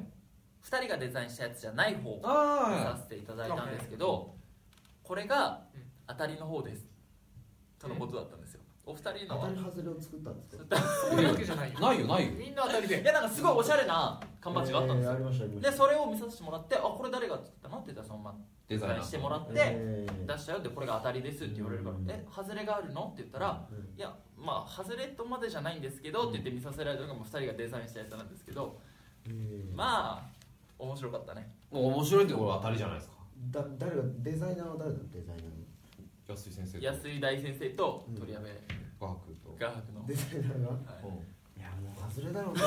Speaker 1: の2人がデザインしたやつじゃない方を見さ
Speaker 2: あ
Speaker 1: せていただいたんですけどこれが
Speaker 3: うん
Speaker 1: 当たりの方ですとのことだったんですよお二人
Speaker 5: 当
Speaker 1: の
Speaker 5: たり外れを作ったんですか
Speaker 3: そういうわけじゃないよ
Speaker 2: あないよないよ
Speaker 3: みんな当たり
Speaker 1: い
Speaker 3: で
Speaker 1: やなんかすごいおしゃれな缶バッジがあったんですよ、
Speaker 5: えーありましたありまし
Speaker 1: で
Speaker 5: た
Speaker 1: それを見させてもらってあこれ誰が作ったのって言ったらそのまま
Speaker 2: デザイナー
Speaker 1: してもらって、
Speaker 5: えー
Speaker 1: 出したよってこれが当たりですって言われるから
Speaker 5: う
Speaker 1: 「
Speaker 5: ん
Speaker 1: え外れがあるの?」って言ったら「いやまあ外れとまでじゃないんですけど」って言って見させられたのがもう2人がデザインしたやつなんですけど
Speaker 5: うん
Speaker 1: まあ面白かったね
Speaker 2: もう面白いってこれは当たりじゃないですか
Speaker 5: だ誰がデザイナーは誰だデザイナーの
Speaker 2: 安井先生と
Speaker 1: 安井大先生と
Speaker 5: うん
Speaker 1: 鳥矢部
Speaker 2: 画伯と
Speaker 1: 画伯の
Speaker 5: デザイナーが
Speaker 1: はい
Speaker 2: うん
Speaker 5: いやもう外れだろうね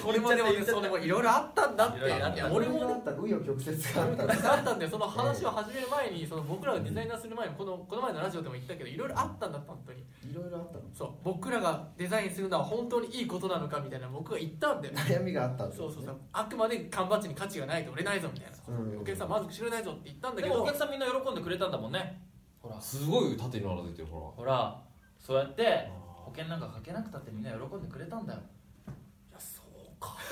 Speaker 3: それまでもねそれもいろいろあったんだって
Speaker 4: いろいろあった
Speaker 3: いや俺も
Speaker 5: あ
Speaker 3: ね
Speaker 5: った紆余曲折があったんだ
Speaker 3: あったんでその話を始める前にその僕らがデザイナーする前にこのこの前のラジオでも言ったけどいろいろあったんだって本当に
Speaker 5: いろいろあったの
Speaker 3: そう僕らがデザインするのは本当にいいことなのかみたいな僕が言ったんだよ
Speaker 5: 悩みがあったんだ
Speaker 3: そうそうそうあくまで缶バッジに価値がないと売れないぞみたいな
Speaker 5: うん
Speaker 3: お客さん満足しれないぞって言ったんだ
Speaker 4: で
Speaker 3: け
Speaker 4: も
Speaker 3: ど
Speaker 4: お客さんみんな喜んでくれたんだもんねほら
Speaker 2: すごい縦に並べてるほ
Speaker 4: ほらそうやって
Speaker 2: ら
Speaker 4: 保険なんかかけなくたってみんな喜んでくれたんだよ
Speaker 3: いやそうか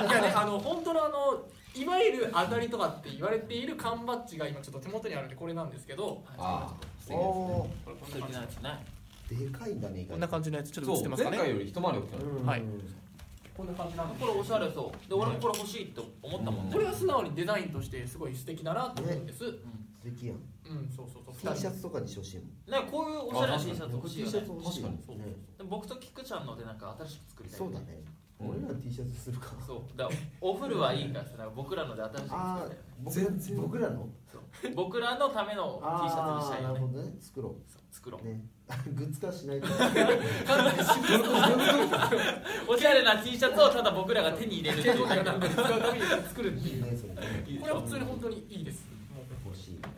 Speaker 3: いやねあの本当のあのいわゆる当たりとかって言われている缶バッジが今ちょっと手元にあるんでこれなんですけど
Speaker 2: ああ素敵ですね
Speaker 5: お
Speaker 3: これこん
Speaker 4: 素敵
Speaker 3: な感じ
Speaker 4: なやつね
Speaker 5: ーでかいんだね意
Speaker 3: こ
Speaker 5: 外
Speaker 3: んな感じのやつちょっと映って
Speaker 2: そ
Speaker 3: ま
Speaker 2: う
Speaker 3: すか
Speaker 2: 前
Speaker 3: ね
Speaker 2: 回より一回り大きくなる
Speaker 5: うん
Speaker 3: はい
Speaker 4: こんな感じなのこれおしゃれそうで俺もこれ欲しいって思ったもんね
Speaker 3: これは素直にデザインとしてすごい素敵だなと思うんです、
Speaker 5: 素敵やん
Speaker 3: うんそうそうそう
Speaker 5: T シ
Speaker 3: 二人
Speaker 5: ャツとかにしてほしいもん
Speaker 4: ねこういうおしゃれな T シャツ欲しいよ
Speaker 5: T シャ
Speaker 4: ね
Speaker 5: ツ欲しい
Speaker 2: 確
Speaker 3: かに
Speaker 5: ね
Speaker 4: で僕と菊ちゃんのでなんか新しく作りたい
Speaker 5: そうだね
Speaker 2: うん
Speaker 5: 俺らの T シャツするか
Speaker 4: そうだからお風呂はいいからさ僕らので新しく作りたいよね
Speaker 5: 僕
Speaker 2: 全然
Speaker 5: 僕らの
Speaker 4: 僕らのための T シャツにしたい
Speaker 5: あ
Speaker 4: よね
Speaker 5: ーなるほどね作ろ
Speaker 4: 作 ろう
Speaker 5: うねグッズ化しないと
Speaker 4: おしゃれな T シャツをただ僕らが手に入れるっていうだけなんで
Speaker 3: 使うために作るって
Speaker 5: い
Speaker 3: い
Speaker 5: いうねそれね
Speaker 3: これは普通に本当にいいですも
Speaker 5: 欲しいね
Speaker 3: う、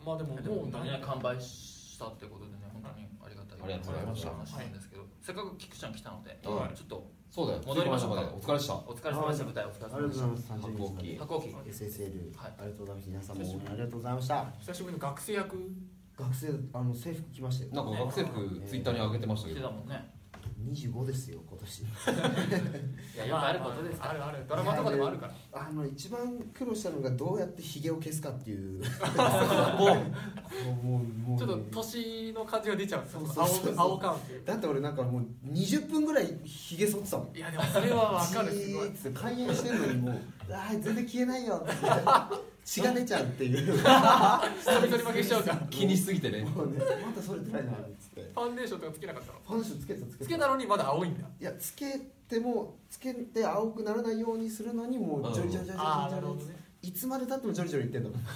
Speaker 3: うん、まあでも
Speaker 4: でも
Speaker 3: もう
Speaker 4: 本当に
Speaker 3: 何
Speaker 4: ね完売したってことでね本当にありがたい
Speaker 2: ありがとうございました
Speaker 4: 話なんですけど、せっかく菊ちゃん来たので、
Speaker 2: はい
Speaker 4: ちょっと
Speaker 2: そうだよ
Speaker 4: 戻りましょうか
Speaker 2: ねお疲れでした
Speaker 4: お疲れ様でした舞台お疲
Speaker 5: あ
Speaker 4: れ
Speaker 5: りがと
Speaker 4: 様でし
Speaker 5: うございます
Speaker 2: 反抗期
Speaker 4: た反抗期
Speaker 5: SSL
Speaker 4: はい
Speaker 5: ありがとうございます皆さんも応援ありがとうございました
Speaker 3: 久しぶりの学生役
Speaker 5: 学生あの制服着ましたよ
Speaker 2: なんか学生服ツイッターに上げてました
Speaker 4: 来
Speaker 2: け
Speaker 4: て
Speaker 2: ど
Speaker 4: たもんね
Speaker 5: 25ですよ今年
Speaker 4: いやよくあることですから
Speaker 3: あるあるドラマとかでもあるから
Speaker 5: あの一番苦労したのがどうやってひげを消すかっ ていうもうもう
Speaker 3: ちょっと
Speaker 5: ね
Speaker 3: 年の感じが出ちゃうんですよ
Speaker 5: そうそうそう
Speaker 3: 青青感っていう
Speaker 5: だって俺なんかもう20分ぐらいひげ剃ってたもん
Speaker 3: いやでもそれはわ かるすごい
Speaker 5: じーっつって開演してんのにもう 「あー全然消えないよ」って血が出ちゃうっ ていう
Speaker 3: 下見取り負けしちゃうから
Speaker 2: 気にしすぎてね
Speaker 5: もうねまだ剃れてないなっつって
Speaker 3: ファンデーションとかつけなかったの
Speaker 5: ファンシュつけてたつけて
Speaker 3: つけたのにまだ青いんだ
Speaker 5: いやつけてもつけて青くならないようにするのにもうジョリジョリジョリジョリジ
Speaker 3: ああな
Speaker 5: ョ
Speaker 3: る
Speaker 5: リ
Speaker 3: ほどね
Speaker 5: いつまでたってもジョリジョリ言ってんだもん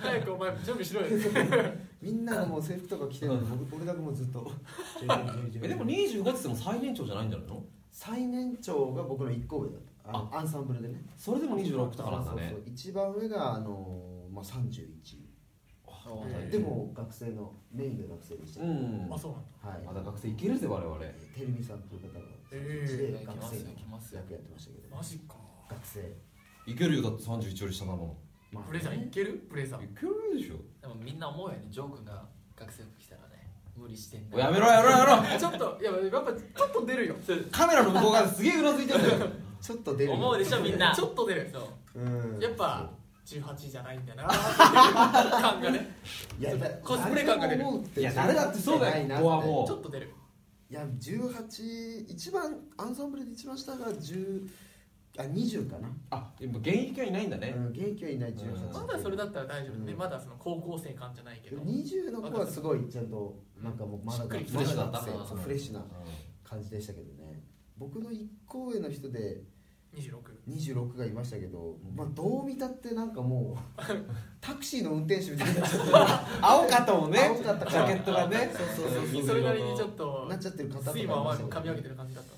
Speaker 3: 早くお前準備しろよ
Speaker 5: みんながもう制服とか着てるのに僕俺だけもうずっとジョリジョリジョリジョリ
Speaker 2: えでも25って言っても最年長じゃないんじゃないの
Speaker 5: 最年長が僕の1個上だったあのアンサンブルでね
Speaker 2: それでも26だからなんだ
Speaker 5: そう
Speaker 2: ね
Speaker 5: そうそう一番上が、あのーまあ、31
Speaker 2: へー
Speaker 5: でも学生のメインが学生でした、
Speaker 2: うん
Speaker 3: あそうなんだ
Speaker 5: はい
Speaker 2: まだ学生いけるぜ我々
Speaker 5: てるみさんという方が
Speaker 3: え
Speaker 5: 31
Speaker 3: え
Speaker 5: で学生の
Speaker 4: 来ますよ
Speaker 5: 役やってましたけど
Speaker 3: マジか
Speaker 5: 学生
Speaker 2: いけるよだって31より下なの
Speaker 5: まあ
Speaker 3: ブレザーいけるブレザー
Speaker 2: いけるでしょ
Speaker 4: でもみんな思うよねジョー君が学生服着たらね無理してんだ
Speaker 2: やめろやめろやめろ
Speaker 3: ちょっといややっぱちょっと出るよ
Speaker 2: カメラの向こう側ですげえうなずいてるんだよ
Speaker 5: ちょっと出る
Speaker 4: 思うでしょみんな
Speaker 3: ちょっと出る
Speaker 4: そう
Speaker 5: うん
Speaker 3: やっぱ18じゃないんだなっていう感がね
Speaker 5: いやだ
Speaker 3: コスプレ感が出る
Speaker 5: 誰も思うって
Speaker 2: いや誰だってそうだよ
Speaker 5: ないなっ
Speaker 2: こ
Speaker 5: て
Speaker 2: こはも
Speaker 3: ちょっと出る
Speaker 5: いや18一番アンサンブルで一番下が10あ20かな、
Speaker 2: あでも現役はいないんだ
Speaker 5: う
Speaker 2: ね
Speaker 5: ん、元気はいない18
Speaker 3: まだそれだったら大丈夫ねまだその高校生感じゃないけど
Speaker 5: 20の子はすごいちゃんとなんかもうまだ
Speaker 3: しっくり
Speaker 2: フレッシュだった
Speaker 5: ま学生そうフレッシュな
Speaker 2: う
Speaker 5: 感じでしたけどね僕の1個上の人で
Speaker 3: 26
Speaker 5: 26がいましたけど、
Speaker 2: うん
Speaker 5: まあ、どう見たってなんかもうタクシーの運転手みたいになっちゃって青かったもんね青かった
Speaker 2: ジャケットがね
Speaker 5: そうそうそう
Speaker 3: それなりにちょっと
Speaker 5: なっちゃってる方とか
Speaker 3: 水
Speaker 5: い
Speaker 3: 分
Speaker 5: ま
Speaker 3: は
Speaker 5: した
Speaker 3: 噛み上げて
Speaker 5: ね
Speaker 3: る感じだった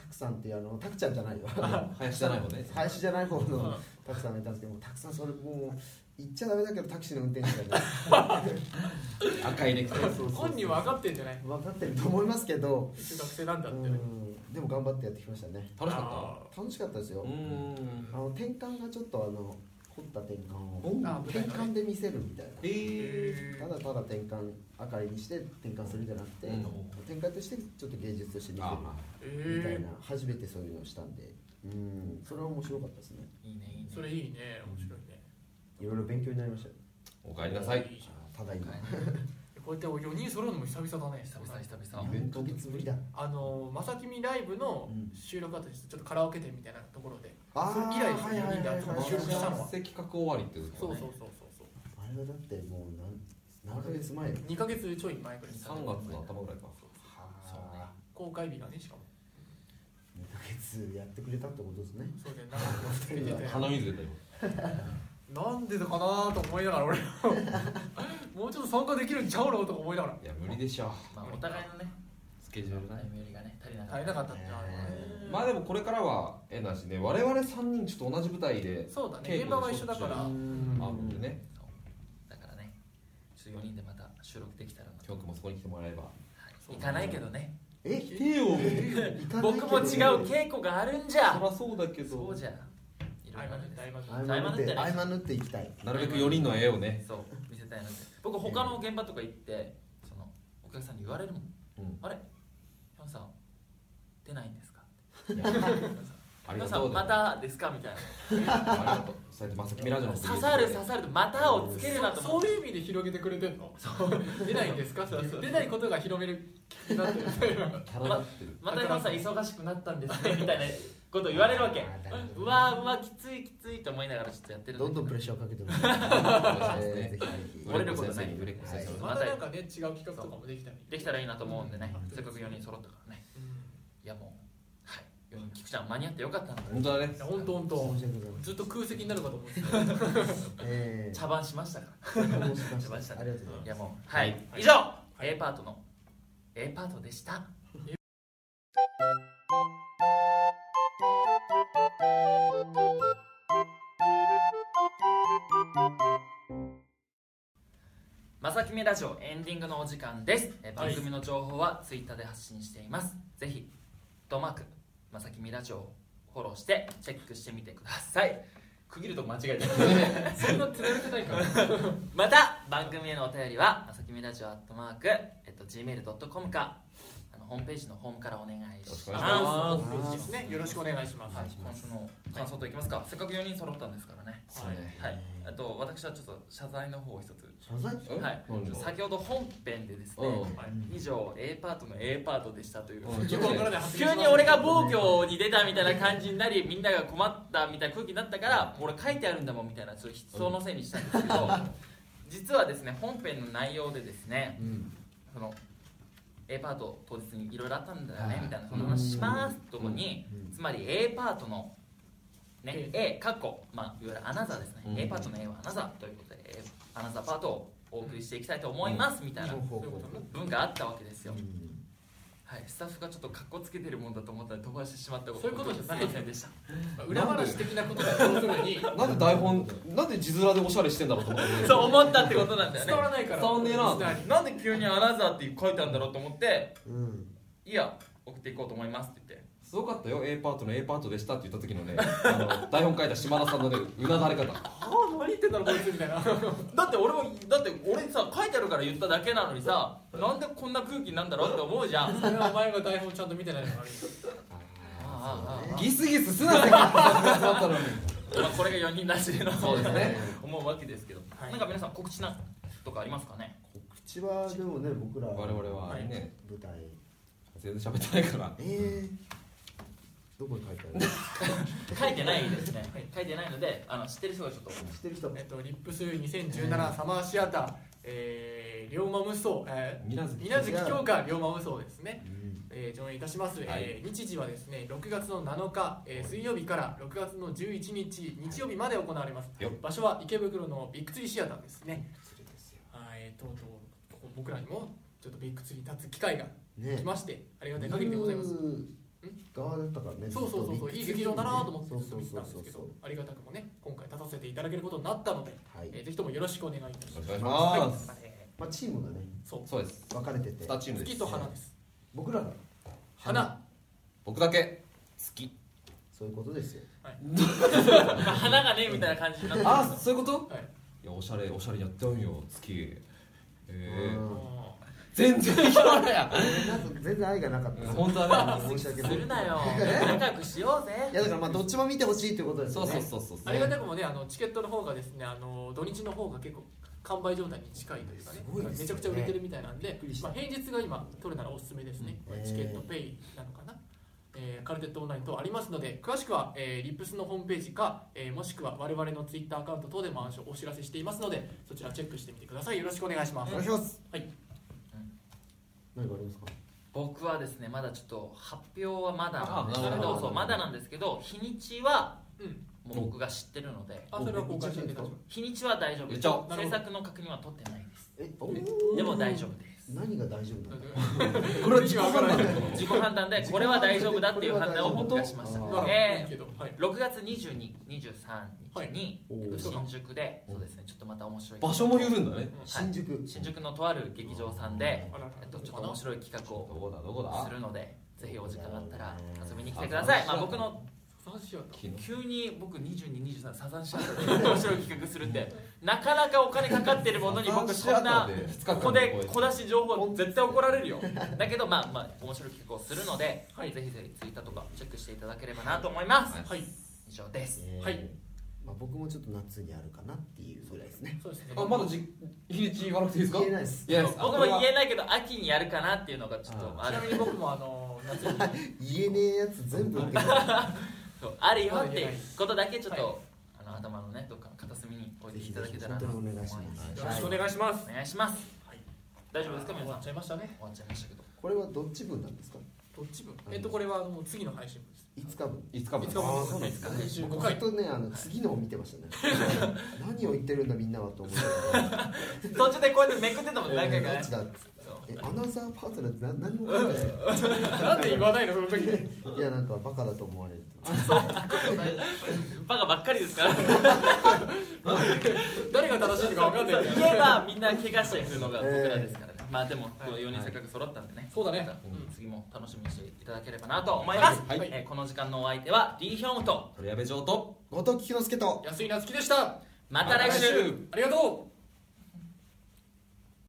Speaker 5: タクさんっていうあのタクちゃんじゃないよ
Speaker 2: ん林じゃないもんね
Speaker 5: 林じゃない方のタクさんがいたんですけどもうタクさんそれもう言っちゃダメだけどタクシーの運転手がね
Speaker 2: 赤いレク
Speaker 5: そうそうそう
Speaker 3: 本人は分かってんじゃない
Speaker 5: 分かってると思いますけど
Speaker 3: 一応学生なんだって
Speaker 5: うんでも頑張ってやってきましたね
Speaker 2: 楽しか
Speaker 5: 楽しかったですよ、
Speaker 2: ったうん
Speaker 5: あの転換がちょっとあの凝った転換を
Speaker 3: あ
Speaker 5: 転換で見せるみたい
Speaker 2: えー
Speaker 5: なただただ転換明かりにして転換するんじゃなくて、
Speaker 2: うん
Speaker 5: 転換としてちょっと芸術として見せ
Speaker 2: あ
Speaker 5: るみたい
Speaker 3: え
Speaker 5: な初めてそういうのをしたんでうんそれは面白かったですね
Speaker 4: いいねいいね
Speaker 3: それいいね面白いね
Speaker 5: いろいろ勉強になりましたよ
Speaker 2: おかえりなさい
Speaker 3: いじゃん
Speaker 5: ただ今
Speaker 3: こうやって4人揃うのも久々だね
Speaker 4: 久々久々
Speaker 5: 4
Speaker 2: ベント
Speaker 5: ヶ月ぶりだ
Speaker 3: あのまさきみライブの収録あったんですちょっとカラオケ店みたいなところで
Speaker 5: あー
Speaker 3: それ以来ですよ
Speaker 5: はいはいはいはい
Speaker 3: みんな集まって収録したのは
Speaker 2: 幸せ企画終わりってこ
Speaker 3: そ
Speaker 2: と
Speaker 3: う
Speaker 2: ね
Speaker 3: そうそうそうそう
Speaker 5: あれはだってもう何何ヶ月前よ
Speaker 3: 2ヶ月ちょい前くらいですかね
Speaker 2: 3月の頭ぐらいか
Speaker 5: は
Speaker 3: 公開日がねしかも
Speaker 5: あ2ヶ月やってくれたってことですね
Speaker 3: そうでなんか
Speaker 2: 鼻水出たよ
Speaker 3: なんでだかなと思いながら俺ももうちょっと参加できるんちゃうのとか思いながら
Speaker 2: いや無理でしょ
Speaker 4: まあお互いのね
Speaker 2: スケジュール
Speaker 4: 歩み寄りがね足りなか
Speaker 3: 足
Speaker 4: っ
Speaker 3: りなかったんじゃない
Speaker 5: ね
Speaker 3: ね
Speaker 2: まあでもこれからはえなしね我々三人ちょっと同じ舞台で
Speaker 3: そうだね
Speaker 2: 稽古で
Speaker 3: 現場は一緒だか
Speaker 2: しょっちゅ
Speaker 3: ら
Speaker 2: あるんでね
Speaker 1: だからねちょっと4人でまた収録できたらな
Speaker 2: きょんくんもそこに来てもらえば
Speaker 1: はい行かないけどね
Speaker 5: え
Speaker 2: 来てよ
Speaker 5: 行かない
Speaker 1: 僕
Speaker 5: けど
Speaker 1: も違う稽古があるんじゃ
Speaker 2: そりゃそうだけど
Speaker 1: そうじゃいろい
Speaker 3: 合
Speaker 1: ろ
Speaker 3: 間
Speaker 1: あ
Speaker 3: 縫
Speaker 1: る
Speaker 3: っ
Speaker 1: ん
Speaker 3: て
Speaker 1: で
Speaker 3: 合間縫って
Speaker 5: 合
Speaker 1: 合間縫ってて
Speaker 5: 間縫っ合間縫って行きたい
Speaker 2: なるべく4人の絵をね、
Speaker 1: そう見せたいなって僕他の現場とか行ってそのお客さんに言われるもん
Speaker 2: うん、
Speaker 1: あれヒョンさん出ないんですか
Speaker 2: あ
Speaker 1: ヒョ
Speaker 2: りが
Speaker 1: ンさ
Speaker 2: とうん
Speaker 1: またですかみたいな
Speaker 2: ありがとうそうやってまさきみラジオの
Speaker 1: 刺
Speaker 2: こと
Speaker 1: さる刺さるとまたをつけるなと思
Speaker 3: そ
Speaker 1: っ
Speaker 3: う
Speaker 1: て
Speaker 3: いう意味で広げてくれてんの出ないんですかっていう出ないことが広める気になってる
Speaker 2: キャラ立ってる
Speaker 1: またヒョンさん忙しくなったんですねみたいなことを言われるわけうわうわきついきついと思いながらちょっとやってる
Speaker 5: どんどんプレッシャーをかけてもらってぜひぜひ
Speaker 1: 折れること
Speaker 2: 売
Speaker 1: ない
Speaker 2: れっ子先生に売れっ子先生に
Speaker 3: またなんかね違う企画とかもできたり
Speaker 1: できたらいいなと思うんでねせっかく4人揃ったからねいやもうはい4人菊ちゃん間に合ってよかったんだ
Speaker 2: 本当だね
Speaker 3: 本当本
Speaker 5: 申
Speaker 3: 当
Speaker 5: し訳ございません
Speaker 3: ずっと空席になるかと思ってた
Speaker 5: えー
Speaker 1: 茶番しましたから
Speaker 5: 申し
Speaker 1: 邪魔
Speaker 5: ま
Speaker 1: し
Speaker 5: し たたありがとうございます
Speaker 1: いやもうはい、
Speaker 3: はい
Speaker 1: 以上、A パートの A パートでしたまさきめラジオエンディングのお時間です、えー
Speaker 3: は
Speaker 1: 番
Speaker 3: い
Speaker 1: 組の情報はツイッターで発信していますぜひドマークまさきみラジオをフォローしてチェックしてみてください区切るとこ間違えた
Speaker 3: そんなつられてないから
Speaker 1: また番組へのお便りはまさきみラジオアットマーク、えっと、gmail.com かあのホームページのホームからお願いします
Speaker 2: よろしくお願いし
Speaker 3: あー
Speaker 5: す
Speaker 3: そうですねよろしくお願いします
Speaker 1: はい、今週の感想といきますか、せっかく4人揃ったんですからね
Speaker 2: そうね
Speaker 1: はいあと私はちょっと謝罪の方を一つ
Speaker 5: 謝罪
Speaker 2: え
Speaker 1: はい
Speaker 2: 何が
Speaker 1: 先ほど本編でですね、
Speaker 2: うん
Speaker 1: 以上 A パートの A パートでしたという、
Speaker 2: うん
Speaker 3: よくわからない発言
Speaker 1: 急
Speaker 3: しました
Speaker 1: に俺が暴挙に出たみたいな感じになりみんなが困ったみたいな空気になったから俺書いてあるんだもんみたいなちょっと人のせいにしたんですけど 実はですね本編の内容でですね
Speaker 5: うん
Speaker 1: その A パート当日にいろいろあったんだよ
Speaker 5: は
Speaker 1: ね
Speaker 5: い
Speaker 1: みたいなその話しますとこに
Speaker 5: うん
Speaker 1: つまり A パートのね A かっこまあいわゆるアナザーですね
Speaker 2: うん
Speaker 1: A パートの A はアナザーということで A アナザーパートをお送りしていきたいと思いますみたいな
Speaker 5: ほうほう
Speaker 3: そういう
Speaker 5: ほ
Speaker 3: ことね
Speaker 1: 文があったわけです
Speaker 5: う
Speaker 1: よ
Speaker 5: うん
Speaker 1: はい、スタッフがちょっと格好つけてるもんだと思ったら飛ばしてしまった
Speaker 3: そういうことじゃない
Speaker 1: すませんでした
Speaker 3: 裏話的なことだと要するに
Speaker 2: なんで台本なんで字面でおしゃれしてんだろうと思って
Speaker 1: そう思ったってことなんだよね
Speaker 3: 伝わらないから
Speaker 2: 伝わんねえな
Speaker 3: 伝わり
Speaker 1: なんで急に「アナザー」って書いたんだろうと思って
Speaker 5: うん
Speaker 1: 「いや送っていこうと思います」って言って
Speaker 2: すごかったよ A パートの A パートでしたって言った時のねあの台本書いた島田さんのねうなだれ方
Speaker 3: ああ何言ってんだろこいつみたいな
Speaker 1: だって俺もだって俺さ書いてあるから言っただけなのにさなんでこんな空気になんだろうって思うじゃん
Speaker 3: それはお前が台本ちゃんと見てないのが悪い
Speaker 1: ああああ
Speaker 2: ギスギスすなって感じだったのに
Speaker 1: まあこれが4人らしいな
Speaker 2: そうですね
Speaker 1: 思うわけですけど、
Speaker 3: はい
Speaker 1: なんか皆さん告知なんとかありますかね
Speaker 5: 告知はでもね僕ら
Speaker 2: 我々はね
Speaker 5: 舞台
Speaker 2: 全然喋ってないから
Speaker 5: えーどこに書いてある
Speaker 1: 書いてないですね書いてないのであの知ってる人が ちょっと
Speaker 5: 知ってる人
Speaker 3: えっと、リップス2017サマーシアター、えー、龍馬無双、え
Speaker 2: みなず
Speaker 3: ー、
Speaker 2: き
Speaker 3: 稲月京香龍馬無双ですね、
Speaker 5: うん
Speaker 3: えー、上演いたします、
Speaker 2: はい
Speaker 3: えー日時はですね6月の7日、えー、水曜日から6月の11日日曜日まで行われます、
Speaker 2: よっ
Speaker 3: 場所は池袋のビッグツリーシアターですねはい、えー、とうとうここ僕らにもちょっとビッグツリーに立つ機会が
Speaker 5: ね
Speaker 3: 来まして、ありがたい限りでございます
Speaker 5: 見る側だったからね
Speaker 3: そうそうそうそういい劇場だなと思ってずっと
Speaker 5: そう
Speaker 3: 見て
Speaker 5: そ
Speaker 3: た
Speaker 5: うん
Speaker 3: ですけ
Speaker 5: そう
Speaker 3: どありがたくもね今回立たせていただけることになったので、
Speaker 5: はい
Speaker 3: えー、ぜひともよろしくお願いいたし
Speaker 2: お
Speaker 3: ます
Speaker 2: 願いしま
Speaker 3: は
Speaker 2: す
Speaker 3: いえ
Speaker 5: まあチームがね
Speaker 3: ーそう
Speaker 2: そうです
Speaker 5: 分かれてて
Speaker 2: 2チームです
Speaker 3: 月と花です
Speaker 5: 僕らが
Speaker 3: 花
Speaker 2: 僕だけ月
Speaker 5: そういうことですよ
Speaker 1: 花がねみたいな感じになって
Speaker 2: あそういうこと
Speaker 3: はい
Speaker 2: いやおしゃれおしゃれやってんよ月え
Speaker 5: う
Speaker 2: ー
Speaker 5: ん
Speaker 2: 全然聞かないや
Speaker 5: なんか全然愛がなかったですよ
Speaker 2: 本当はね
Speaker 5: 申し訳ない
Speaker 1: するなよ仲良くしようぜ
Speaker 5: いやだからまあどっちも見てほしいってことです
Speaker 2: そ
Speaker 5: よ
Speaker 2: う
Speaker 5: ね
Speaker 2: そうそうそう
Speaker 3: ありがたくもねあのチケットの方がですねあの土日の方が結構完売状態に近いというかね
Speaker 5: すごいですね
Speaker 3: めちゃくちゃ売れてるみたいなんで、
Speaker 5: くりした
Speaker 3: まあ、平日が今取るならおすすめですね、
Speaker 5: うん
Speaker 3: チケットペイなのかな、えーカルテットオンライン等ありますので詳しくは、えーリップスのホームページか、えーもしくは我々のツイッターアカウント等でもお知らせしていますのでそちらチェックしてみてくださいよろしくお願いします、
Speaker 5: お願いします
Speaker 3: はい
Speaker 5: 何かありますか
Speaker 1: 僕はですねまだちょっと発表はまだなんです
Speaker 2: あ
Speaker 1: け
Speaker 2: なるほ
Speaker 1: ど
Speaker 2: ど
Speaker 1: そうまだなんですけど日にちは
Speaker 3: うん
Speaker 1: もう僕が知ってるので
Speaker 3: あそれは公開していただきましょう
Speaker 1: 日にちは大丈夫
Speaker 2: 言
Speaker 1: で
Speaker 2: っ
Speaker 1: す
Speaker 2: ちゃお
Speaker 3: う
Speaker 1: 制作の確認は取ってないです
Speaker 5: え
Speaker 1: でも大丈夫です
Speaker 5: 何が大丈夫なの
Speaker 3: これは自分分からないけど
Speaker 1: 自己判断でこれは大丈夫だっていう判断を僕がしました
Speaker 5: あー
Speaker 3: なるほどい
Speaker 1: え
Speaker 3: いけどはい
Speaker 1: ー6月2223日に、
Speaker 5: はい
Speaker 1: えっと
Speaker 5: おー
Speaker 1: 新宿でそうですねちょっとまた面白い
Speaker 2: 場所も言うんだね
Speaker 5: 新宿
Speaker 1: 新宿のとある劇場さんで、
Speaker 3: あらら
Speaker 1: えっと、ちょっと面白い企画
Speaker 2: ど
Speaker 1: を
Speaker 2: こだどこだ
Speaker 1: するのでぜひお時間あったら遊びに来てください、まあ、僕の
Speaker 3: そうしようと
Speaker 2: 昨日
Speaker 1: 急に僕2223サザンシアターで面白い企画するってなかなかお金かかってるものに僕そんなここで小出し情報絶対怒られるよだけどまあまあ面白い企画をするので、
Speaker 3: はい
Speaker 1: ぜひぜひツイッターとかチェックしていただければなと思います、
Speaker 3: はい
Speaker 1: 以上です
Speaker 3: はい
Speaker 5: まあ僕もちょっと夏にあるかなっていうぐらいですね
Speaker 3: そうですね
Speaker 2: あまだじ日にち言わなくていいですか
Speaker 5: 言えないです
Speaker 2: 言えないです
Speaker 1: 僕も言えないけど秋にやるかなっていうのがちょっとあ
Speaker 3: ち
Speaker 1: る
Speaker 3: なみに僕もあの夏に
Speaker 5: 言えねえやつ全部受けた
Speaker 1: そうあるよっていうことだけちょっと、あの頭のねどっかの片隅に置
Speaker 5: ぜ
Speaker 1: いてい
Speaker 5: ひ
Speaker 1: た
Speaker 5: ぜ
Speaker 1: だけ
Speaker 5: ひ
Speaker 1: たら
Speaker 5: 本
Speaker 1: な
Speaker 5: 当
Speaker 1: と
Speaker 5: に
Speaker 1: 思い
Speaker 5: お願
Speaker 1: ま
Speaker 5: い
Speaker 1: す
Speaker 5: します
Speaker 3: よろしくお
Speaker 5: はい
Speaker 3: 願いします
Speaker 1: お願いします
Speaker 3: はい
Speaker 1: 大丈夫ですか皆
Speaker 3: 終
Speaker 1: さん
Speaker 3: わっちゃいましたね
Speaker 1: 終わっちゃいましたけど
Speaker 5: これはどっち分なんですか
Speaker 3: どっち分えっとこれはもう次の配信分です
Speaker 5: 5日分
Speaker 2: 5日分
Speaker 3: いつかも
Speaker 2: あーそうなんです
Speaker 3: ですね25
Speaker 5: 僕ずっ
Speaker 3: 回
Speaker 5: とねあの次のを見てましたね 何を言ってるんだみんなはと思って
Speaker 1: 途中でこうやってめくってたもん何回か
Speaker 5: ど
Speaker 1: ね
Speaker 5: っちだっつって
Speaker 1: そう
Speaker 5: えアナザーパートナーって何何も書いてない
Speaker 3: なんで言わないのその時に
Speaker 5: いやなんかバカだと思われる
Speaker 1: バカばっかりですから
Speaker 3: 誰が正しいのか分かんな
Speaker 1: 言
Speaker 3: い
Speaker 1: えばみんな怪我してくるのが僕らですからね、まあでも4人せっかく揃ったんでね、
Speaker 3: そうだね
Speaker 1: うん次も楽しみにしていただければなと思います、
Speaker 2: はい
Speaker 1: えーこの時間のお相手はリーヒョンウと
Speaker 2: 鳥矢部城と
Speaker 5: 後藤菊之助と
Speaker 3: 安井夏樹でした
Speaker 1: また来週
Speaker 3: ありがとう